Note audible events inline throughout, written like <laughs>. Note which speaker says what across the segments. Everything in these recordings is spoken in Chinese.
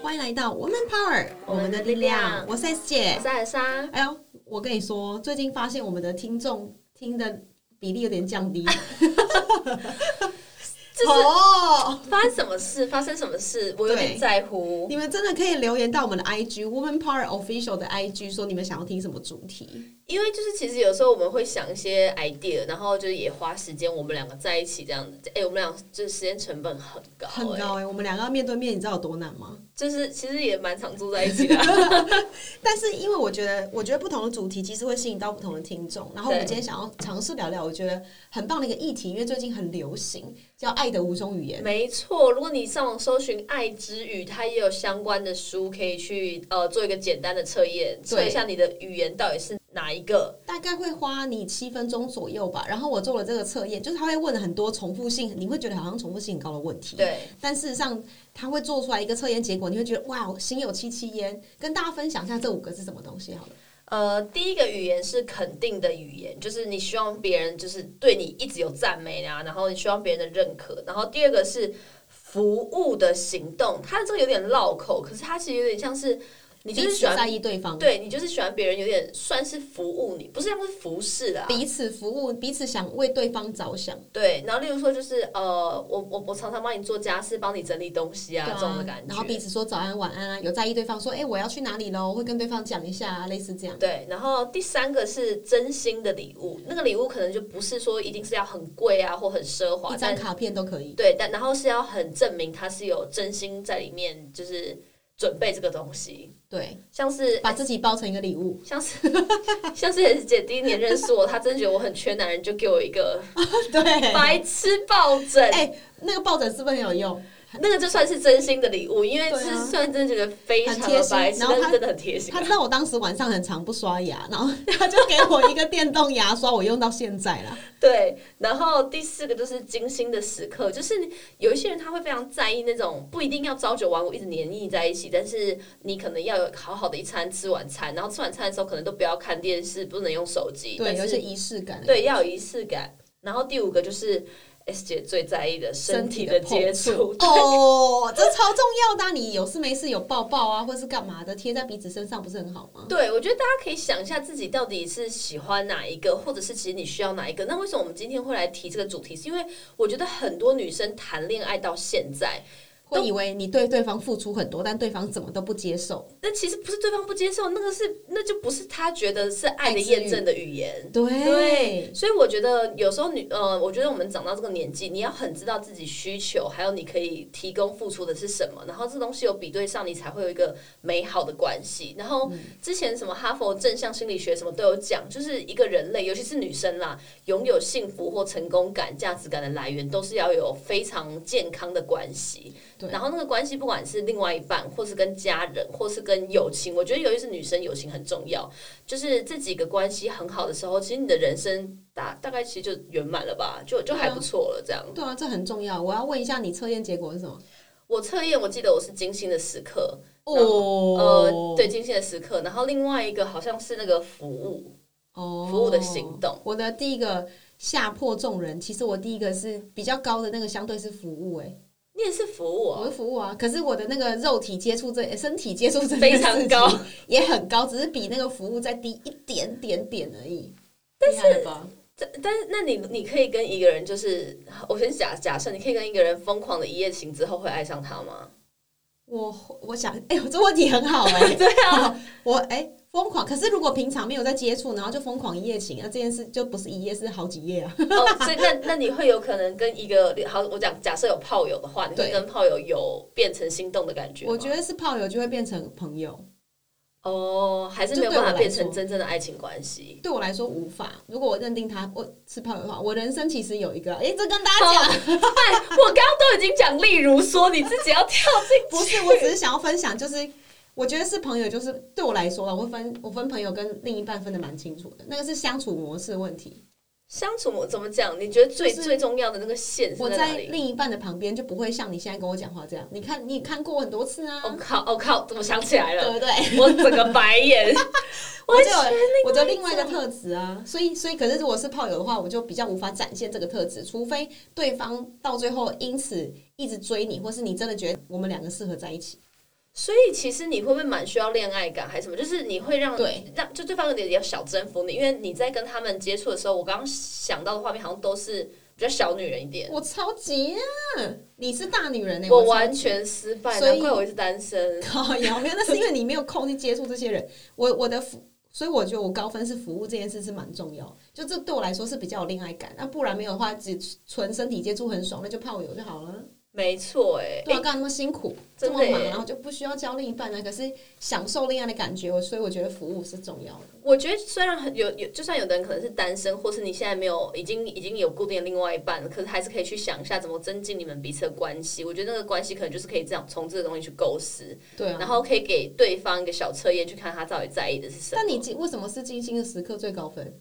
Speaker 1: 欢迎来到 Woman Power，我
Speaker 2: 我
Speaker 1: 们
Speaker 2: 们
Speaker 1: 的
Speaker 2: 的
Speaker 1: 力
Speaker 2: 力
Speaker 1: 量
Speaker 2: 量。
Speaker 1: 我是 S 姐。
Speaker 2: 三十三，
Speaker 1: 哎呦，我跟你说，最近发现我们的听众听的比例有点降低。
Speaker 2: 啊就是
Speaker 1: 哦，
Speaker 2: 发生什么事，发生什么事，我有点在乎。
Speaker 1: 你们真的可以留言到我们的 IG Woman Power Official 的 IG，说你们想要听什么主题。
Speaker 2: 因为就是其实有时候我们会想一些 idea，然后就是也花时间，我们两个在一起这样子。哎、我们俩就是时间成本很高、
Speaker 1: 很
Speaker 2: 哎
Speaker 1: 高哎、我们两个要面对面，你知道有多难吗？
Speaker 2: 就是其实也蛮常住在一
Speaker 1: <laughs>
Speaker 2: 起的。
Speaker 1: 但是因为我觉得，我觉得不同的主题其实会吸引到不同的听众。然后我们
Speaker 2: 对
Speaker 1: 今天想要尝试聊聊，我觉得很棒的一个议题，因为最近很流行，叫“爱的五种语言”。
Speaker 2: 没错，如果你上网搜寻“爱之语”，它也有相关的书可以去呃做一个简单的测验，测一下你的语言到底是哪一个。
Speaker 1: 大概会花你七分钟左右吧。然后我做了这个测验，就是他会问很多重复性，你会觉得好像重复性很高的问题。
Speaker 2: 对，
Speaker 1: 但事实上，他会做出来一个测验结果，你会觉得哇，心有戚戚焉。跟大家分享一下这五个是什么东西好了。
Speaker 2: 呃，第一个语言是肯定的语言，就是你希望别人就是对你一直有赞美啊，然后你希望别人的认可。然后第二个是服务的行动，它这个有点绕口，可是它其实有点像是你就是
Speaker 1: 彼此
Speaker 2: 喜欢，
Speaker 1: 在意对方，
Speaker 2: 对你就是喜欢别人，有点算是服务你，不是像是服侍啦。
Speaker 1: 彼此服务，彼此想为对方着想。
Speaker 2: 对，然后例如说就是呃，我我我常常帮你做家事，帮你整理东西啊，
Speaker 1: 对
Speaker 2: 这种的感
Speaker 1: 然后彼
Speaker 2: 觉。
Speaker 1: 此说早安、晚安啊，有在意对方说，哎、我要去哪里喽，会跟对方讲一下、啊，类似这样。
Speaker 2: 对，然后第三个是真心的礼物，那个礼物可能就不是说一定是要很贵啊或很奢华
Speaker 1: 一，张
Speaker 2: 但
Speaker 1: 卡片都可以。
Speaker 2: 对，但然后是要很证明它是有真心在里面，就是准备这个东西，
Speaker 1: 对，
Speaker 2: 像是
Speaker 1: 把自己包成一个礼物。 <laughs>
Speaker 2: 像是 <laughs> 像是 S 姐第一年认识我，她真的觉得我很缺男人，就给我一
Speaker 1: <laughs>
Speaker 2: 个 <laughs>
Speaker 1: 对，
Speaker 2: 白痴抱枕，
Speaker 1: 哎、那个抱枕是不是很有用？
Speaker 2: 那个就算是真心的礼物，因为
Speaker 1: 对啊
Speaker 2: 是算真的觉得非常
Speaker 1: 很贴
Speaker 2: 的
Speaker 1: 心
Speaker 2: 白痴，
Speaker 1: 然后
Speaker 2: 但
Speaker 1: 他
Speaker 2: 是真的很贴心啊
Speaker 1: 他。知道我当时晚上很长不刷牙，然后他就给我一个电动牙刷，我用到现在
Speaker 2: <laughs>
Speaker 1: 啦。
Speaker 2: 对，然后第四个就是精心的时刻，就是有一些人他会非常在意那种不一定要朝九晚五一直黏腻在一起，但是你可能要有好好的一餐吃晚餐，然后吃晚餐的时候可能都不要看电视，不能用手机，
Speaker 1: 对，有
Speaker 2: 但
Speaker 1: 一些
Speaker 2: 是
Speaker 1: 仪式
Speaker 2: <laughs>
Speaker 1: 感。
Speaker 2: 对要有仪式感。然后第五个就是 S 姐最在意的身体的接触，
Speaker 1: 哦，这超重要的啊、你有事没事有抱抱啊，或是干嘛的，贴在彼此身上不是很好吗？
Speaker 2: 对，我觉得大家可以想一下自己到底是喜欢哪一个，或者是其实你需要哪一个。那为什么我们今天会来提这个主题？是因为我觉得很多女生谈恋爱到现在，
Speaker 1: 会以为你对对方付出很多，但对方怎么都不接受。
Speaker 2: 那其实不是对方不接受，那个是那就不是她觉得是爱的验证的语言。
Speaker 1: 对，
Speaker 2: 对，所以我觉得有时候女呃，我觉得我们长到这个年纪，你要很知道自己需求，还有你可以提供付出的是什么，然后这东西有比对上，你才会有一个美好的关系。然后之前什么哈佛正向心理学什么都有讲，就是一个人类，尤其是女生啦，拥有幸福或成功感、价值感的来源，都是要有非常健康的关系。
Speaker 1: 对
Speaker 2: 然后那个关系，不管是另外一半，或是跟家人，或是跟友情，我觉得尤其是女生，友情很重要。就是这几个关系很好的时候，其实你的人生大大概其实就圆满了吧，
Speaker 1: 嗯
Speaker 2: 就就还不错了。这样，
Speaker 1: 对啊，这很重要。我要问一下，你测验结果是什么？
Speaker 2: 我测验我记得我是金星的时刻，
Speaker 1: 哦
Speaker 2: 呃，对，，金星的时刻，然后另外一个好像是那个服务，
Speaker 1: 哦，
Speaker 2: 服务的行动。
Speaker 1: 我的第一个吓破众人，其实我第一个是比较高的那个，相对是服务、哎。
Speaker 2: 你也是服务
Speaker 1: 我
Speaker 2: 啊，
Speaker 1: 的服务啊，可是我的那个肉体接触这呃身体接触这件
Speaker 2: 非常
Speaker 1: 事情 <laughs>
Speaker 2: 高，
Speaker 1: 也很高，只是比那个服务再低一点点点而已。但是吧，
Speaker 2: 但但是那你你可以跟一个人就是，我先假假设你可以跟一个人疯狂的一夜情之后会爱上他吗？
Speaker 1: 我我想，哎、呦，这问题很好哎、
Speaker 2: <laughs> 对啊，
Speaker 1: <laughs> 我哎疯、狂，可是如果平常没有在接触，然后就疯狂一夜情，那这件事就不是一夜，是好几夜啊。
Speaker 2: 哦，所以那那你会有可能跟一个好，我讲假设有炮友的话，你
Speaker 1: 对
Speaker 2: 会跟炮友有变成心动的感觉吗？
Speaker 1: 我觉得是炮友就会变成朋友，
Speaker 2: 哦，还是
Speaker 1: 就
Speaker 2: 没有
Speaker 1: 对我
Speaker 2: 办
Speaker 1: 来
Speaker 2: 法变成
Speaker 1: 说
Speaker 2: 真正的爱情关系。 <laughs>
Speaker 1: 对我来说无法。如果我认定他我是炮友的话，我人生其实有一个，哎、这跟大家
Speaker 2: <laughs>
Speaker 1: 讲。
Speaker 2: 哎，我刚刚都已经讲，例如说你自己要跳进
Speaker 1: 不
Speaker 2: 去，
Speaker 1: 是，我只是想要分享，就是我觉得是朋友，就是对我来说啦，我会分我分朋友跟另一半分的蛮清楚的，那个是相处模式问题。
Speaker 2: 相处怎么讲？你觉得最
Speaker 1: 就是
Speaker 2: 最重要的那个线是
Speaker 1: 我
Speaker 2: 在哪
Speaker 1: 在
Speaker 2: 里？
Speaker 1: 另一半的旁边就不会像你现在跟我讲话这样，你看你也看过很多次啊，
Speaker 2: 我、哦靠，我、靠，我想起来
Speaker 1: 对
Speaker 2: 了，
Speaker 1: 不对？
Speaker 2: 我整个白眼。
Speaker 1: <laughs> 我就
Speaker 2: 觉得
Speaker 1: 有我的另外一个特质啊，所以所以可是如果是炮友的话，我就比较无法展现这个特质，除非对方到最后因此一直追你，或是你真的觉得我们两个适合在一起。
Speaker 2: 所以其实你会不会蛮需要恋爱感，还是什么？就是你会让
Speaker 1: 对
Speaker 2: 让就对方有点要小征服你，因为你在跟他们接触的时候，我刚刚想到的画面好像都是比较小女人一点。
Speaker 1: 我超级啊！你是大女人呢、欸
Speaker 2: 我
Speaker 1: 超
Speaker 2: 完全失败，
Speaker 1: 所以
Speaker 2: 难怪我一直单身。
Speaker 1: 靠腰，没有，那是因为你没有空去接触这些人。 <laughs> 我我的服，所以我觉得我高分是服务这件事是蛮重要，就这对我来说是比较有恋爱感。那不然没有的话，只纯身体接触很爽，那就泡友就好了。
Speaker 2: 没错，哎，
Speaker 1: 对啊，干嘛那么辛苦，这
Speaker 2: 真
Speaker 1: 么
Speaker 2: 的耶
Speaker 1: 忙，然后就不需要交另一半啊呢？可是享受恋爱的感觉，我所以我觉得服务是重要的。
Speaker 2: 我觉得虽然很有有，就算有的人可能是单身，或是你现在没有已经已经有固定的另外一半，可是还是可以去想一下怎么增进你们彼此的关系。我觉得那个关系可能就是可以这样从这个东西去构思，
Speaker 1: 对啊，
Speaker 2: 然后可以给对方一个小测验，去看他到底在意的是什么。
Speaker 1: 但你记为什么是精心的时刻最高分？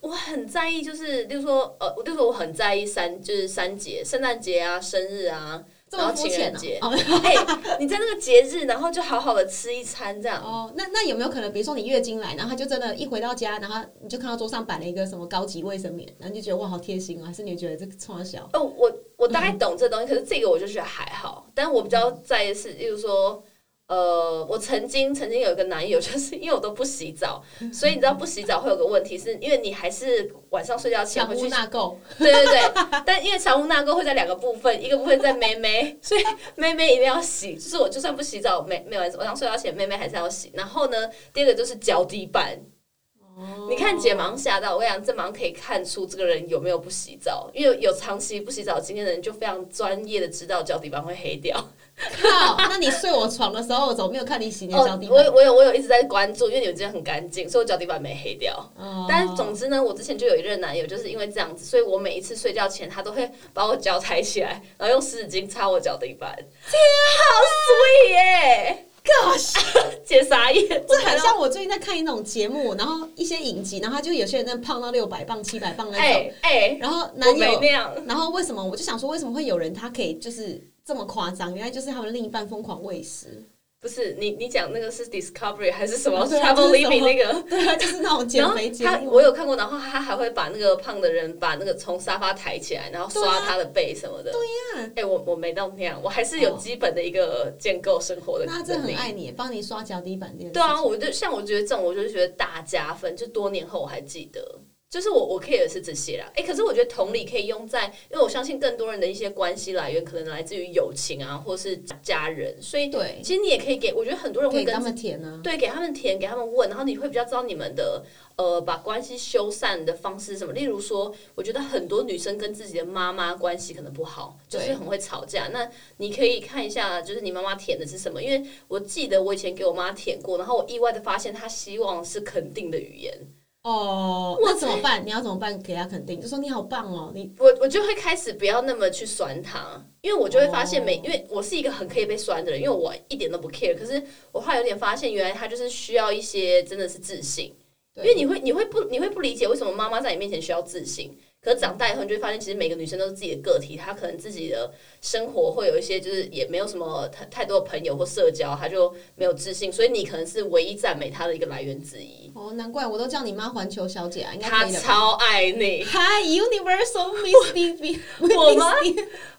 Speaker 2: 我很在意，就是例如说，呃，我就说我很在意三，就是三节，圣诞节啊，生日啊， <laughs>
Speaker 1: 这
Speaker 2: 然
Speaker 1: 么
Speaker 2: 后
Speaker 1: 肤
Speaker 2: 情
Speaker 1: 浅
Speaker 2: 人
Speaker 1: 啊
Speaker 2: 节。哎、你在那个节日，然后就好好的吃一餐这样。
Speaker 1: 哦，那那有没有可能，比如说你月经来，然后他就真的，一回到家，然后你就看到桌上摆了一个什么高级卫生棉，然后你就觉得哇，好贴心哦，还是你觉得这个创小？
Speaker 2: 哦，我我大概懂这东西，可是这个我就觉得还好。但我比较在意的是，例如说，呃，我曾经曾经有一个男友，就是因为我都不洗澡，所以你知道不洗澡会有个问题，是因为你还是晚上睡觉前
Speaker 1: 小
Speaker 2: 会
Speaker 1: 屋
Speaker 2: 去
Speaker 1: 纳垢，
Speaker 2: <laughs> 对对对，但因为藏污纳垢会在两个部分，一个部分在妹妹， <laughs> 所以妹妹一定要洗。就是我就算不洗澡，妹妹晚晚上睡觉前，妹妹还是要洗。然后呢，第二个就是脚底板。
Speaker 1: 哦
Speaker 2: 你看姐马上吓到，我跟你讲，这马上可以看出这个人有没有不洗澡，因为有长期不洗澡经验的人就非常专业的知道脚底板会黑掉。
Speaker 1: 哦靠，那你睡我床的时候，我怎么没有看你洗你的脚
Speaker 2: 哦
Speaker 1: 底，
Speaker 2: 我
Speaker 1: 板？
Speaker 2: 有我有我有一直在关注，因为你们真的很干净，所以我脚底板没黑掉。
Speaker 1: 哦
Speaker 2: 但总之呢，我之前就有一任男友，就是因为这样子，所以我每一次睡觉前，他都会把我脚抬起来，然后用湿纸巾擦我脚底板。
Speaker 1: 啊
Speaker 2: 天，
Speaker 1: gosh，
Speaker 2: 好 sweet 耶！姐傻眼，
Speaker 1: 这很像我最近在看一种节目，然后一些影集，然后他就有些人真的胖到六百磅、七百磅那种，
Speaker 2: 哎哎，
Speaker 1: 然后
Speaker 2: 我
Speaker 1: 男
Speaker 2: 没
Speaker 1: 友
Speaker 2: 那样。
Speaker 1: 然后为什么我就想说，为什么会有人他可以就是这么夸张？原来就是他们另一半疯狂喂食，
Speaker 2: 不是你，你讲那个是 Discovery 还是什么
Speaker 1: 对啊
Speaker 2: Travel
Speaker 1: 就是什么
Speaker 2: Living 那个？
Speaker 1: 对啊，就是那种减
Speaker 2: 然后
Speaker 1: 肥节
Speaker 2: 他
Speaker 1: 目。
Speaker 2: 我有看过，然后他还会把那个胖的人把那个从沙发抬起来，然后
Speaker 1: 对啊
Speaker 2: 刷他的背什么的。
Speaker 1: 对呀、
Speaker 2: 哎、我我没到那样，我还是有
Speaker 1: 哦
Speaker 2: 基本的一个建构生活的能力。
Speaker 1: 那这很爱你，帮你刷脚底板这件事
Speaker 2: 对啊，我就像我觉得这种，我就觉得大加分。就多年后我还记得，就是我我 care 的是这些啦。哎、可是我觉得同理可以用在，因为我相信更多人的一些关系来源可能来自于友情啊，或是家人，所以
Speaker 1: 对，
Speaker 2: 其实你也可以给，我觉得很多人
Speaker 1: 可
Speaker 2: 会
Speaker 1: 以
Speaker 2: 跟
Speaker 1: 他们填啊。
Speaker 2: 对，给他们填，给他们问，然后你会比较知道你们的呃把关系修缮的方式是什么。例如说，我觉得很多女生跟自己的妈妈关系可能不好，就是
Speaker 1: 对
Speaker 2: 很会吵架。那你可以看一下，就是你妈妈填的是什么？因为我记得我以前给我妈填过，然后我意外的发现她希望是肯定的语言。
Speaker 1: 哦，
Speaker 2: 我
Speaker 1: 那怎么办？你要怎么办？给他肯定，就说你好棒哦，你
Speaker 2: 我我就会开始不要那么去酸他，因为我就会发现每
Speaker 1: 哦
Speaker 2: 因为我是一个很可以被酸的人，因为我一点都不 care。可是我后来有点发现，原来他就是需要一些真的是自信。因
Speaker 1: 对
Speaker 2: 为你会你会不你会不理解为什么妈妈在你面前需要自信，可是长大以后你就会发现，其实每个女生都是自己的个体，她可能自己的生活会有一些就是也没有什么太太多的朋友或社交，她就没有自信，所以你可能是唯一赞美她的一个来源之一。
Speaker 1: 哦，难怪我都叫你妈环球小姐啊，应该
Speaker 2: 她
Speaker 1: 可以的吧。
Speaker 2: 超爱你，
Speaker 1: Hi Universal Miss
Speaker 2: <laughs>
Speaker 1: Vivi，
Speaker 2: 我妈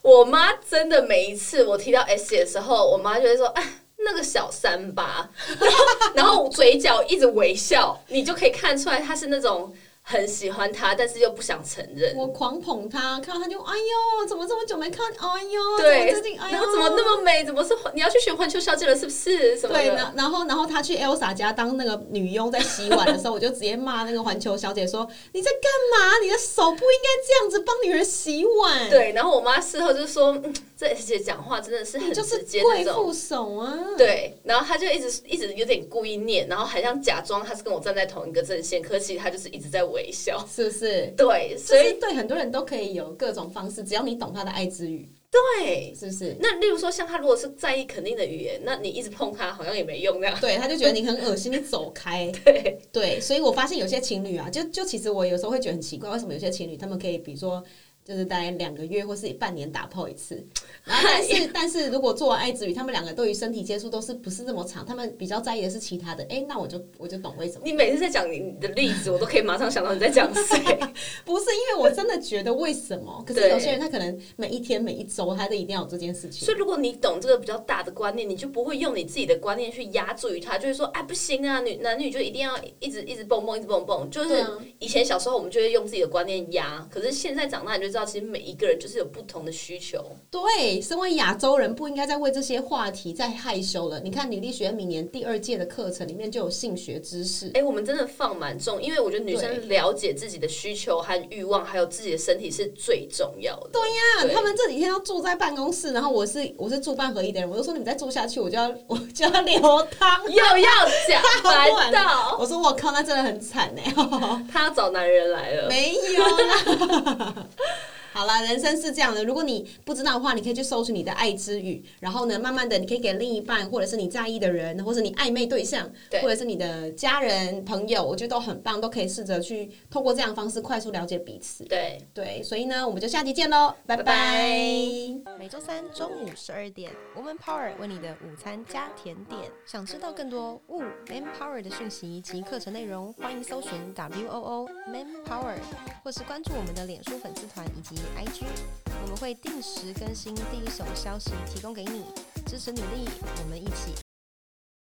Speaker 2: 我妈真的每一次我提到 S 的时候，我妈就会说，哎。那个小三吧， <laughs> 然后嘴角一直微笑，你就可以看出来她是那种很喜欢他，但是又不想承认。
Speaker 1: 我狂捧她，看到她就哎呦，怎么这么久没看？哎呦，
Speaker 2: 对
Speaker 1: 怎么最近哎呦，
Speaker 2: 然后怎么那么美？怎么是你要去学环球小姐了？是不是？什么
Speaker 1: 对，
Speaker 2: 的？
Speaker 1: 然然后然后他去 Elsa 家当那个女佣，在洗碗的时候，我就直接骂那个环球小姐说：“你在干嘛？你的手不应该这样子帮女人洗碗。”，
Speaker 2: 对，然后我妈事后就说：“嗯，这 S 姐讲话真的是很
Speaker 1: 你 <laughs> 就
Speaker 2: 直
Speaker 1: 是
Speaker 2: 接那
Speaker 1: 贵
Speaker 2: 种。
Speaker 1: 妇手啊。”，
Speaker 2: 对，然后她就一直一直有点故意念，然后好像假装她是跟我站在同一个阵线，可其实她就是一直在微笑。 <laughs>
Speaker 1: 是不是？
Speaker 2: 对，所
Speaker 1: 就
Speaker 2: 以
Speaker 1: 是对很多人都可以有各种方式，只要你懂他的爱之语，
Speaker 2: 对，
Speaker 1: 是不是？
Speaker 2: 那例如说像她如果是在意肯定的语言，那你一直碰她好像也没用那样。
Speaker 1: 对，他就觉得你很恶心，你走 <laughs> 开。
Speaker 2: 对，
Speaker 1: 对，所以我发现有些情侣啊，就就其实我有时候会觉得很奇怪，为什么有些情侣他们可以，比如说就是大概两个月或是半年打炮一 <laughs> 次，然后但是但是如果做完爱之旅，他们两个对于身体接触都是不是那么长，他们比较在意的是其他的，哎、那我就我就懂为什么，
Speaker 2: 你每次在讲你的例子，我都可以马上想到你在讲谁。
Speaker 1: 不是因为我真的觉得为什么，可是
Speaker 2: 对
Speaker 1: 有些人他可能每一天每一周他都一定要有这件事情，
Speaker 2: 所以，如果你懂这个比较大的观念，你就不会用你自己的观念去压住于他，就是说，哎，不行啊，女男女就一定要一直一直蹦蹦，一直蹦蹦。就
Speaker 1: 对
Speaker 2: 是
Speaker 1: 啊
Speaker 2: 以前小时候我们就会用自己的观念压，可是现在长大你就知道，其实每一个人就是有不同的需求。
Speaker 1: 对，身为亚洲人，不应该再为这些话题再害羞了。你看，女力学院明年第二届的课程里面就有性学知识，
Speaker 2: 哎、我们真的放蛮重，因为我觉得女生了解自己的需求和欲望，还有自己的身体是最重要的。对
Speaker 1: 啊，他们这几天都住在办公室，然后我是我是住办合一的人，我就说你们再住下去，我就要我就要 <laughs> 流汤。
Speaker 2: 又要讲
Speaker 1: 好
Speaker 2: 烦
Speaker 1: 晚
Speaker 2: 到，
Speaker 1: 我说我靠，那真的很惨哎、
Speaker 2: 他要找男人来了。
Speaker 1: 没有啦。 <laughs> 好啦，人生是这样的。如果你不知道的话，你可以去搜寻你的爱之语，然后呢，慢慢的，你可以给另一半，或者是你在意的人，或者你暧昧对象，
Speaker 2: 对
Speaker 1: 或者是你的家人、朋友，我觉得都很棒，都可以试着去透过这样的方式快速了解彼此。
Speaker 2: 对。
Speaker 1: 对，所以呢，我们就下期见喽，拜
Speaker 2: 拜
Speaker 1: 拜
Speaker 2: 拜
Speaker 3: 每周三中午十二点，Woman Power 为你的午餐加甜点。想知道更多 Wo Man Power 的讯息及课程内容，欢迎搜寻 W O O Man Power，或是关注我们的脸书粉丝团以及 IG，我们会定时更新第一手消息，提供给你支持女力，我们一起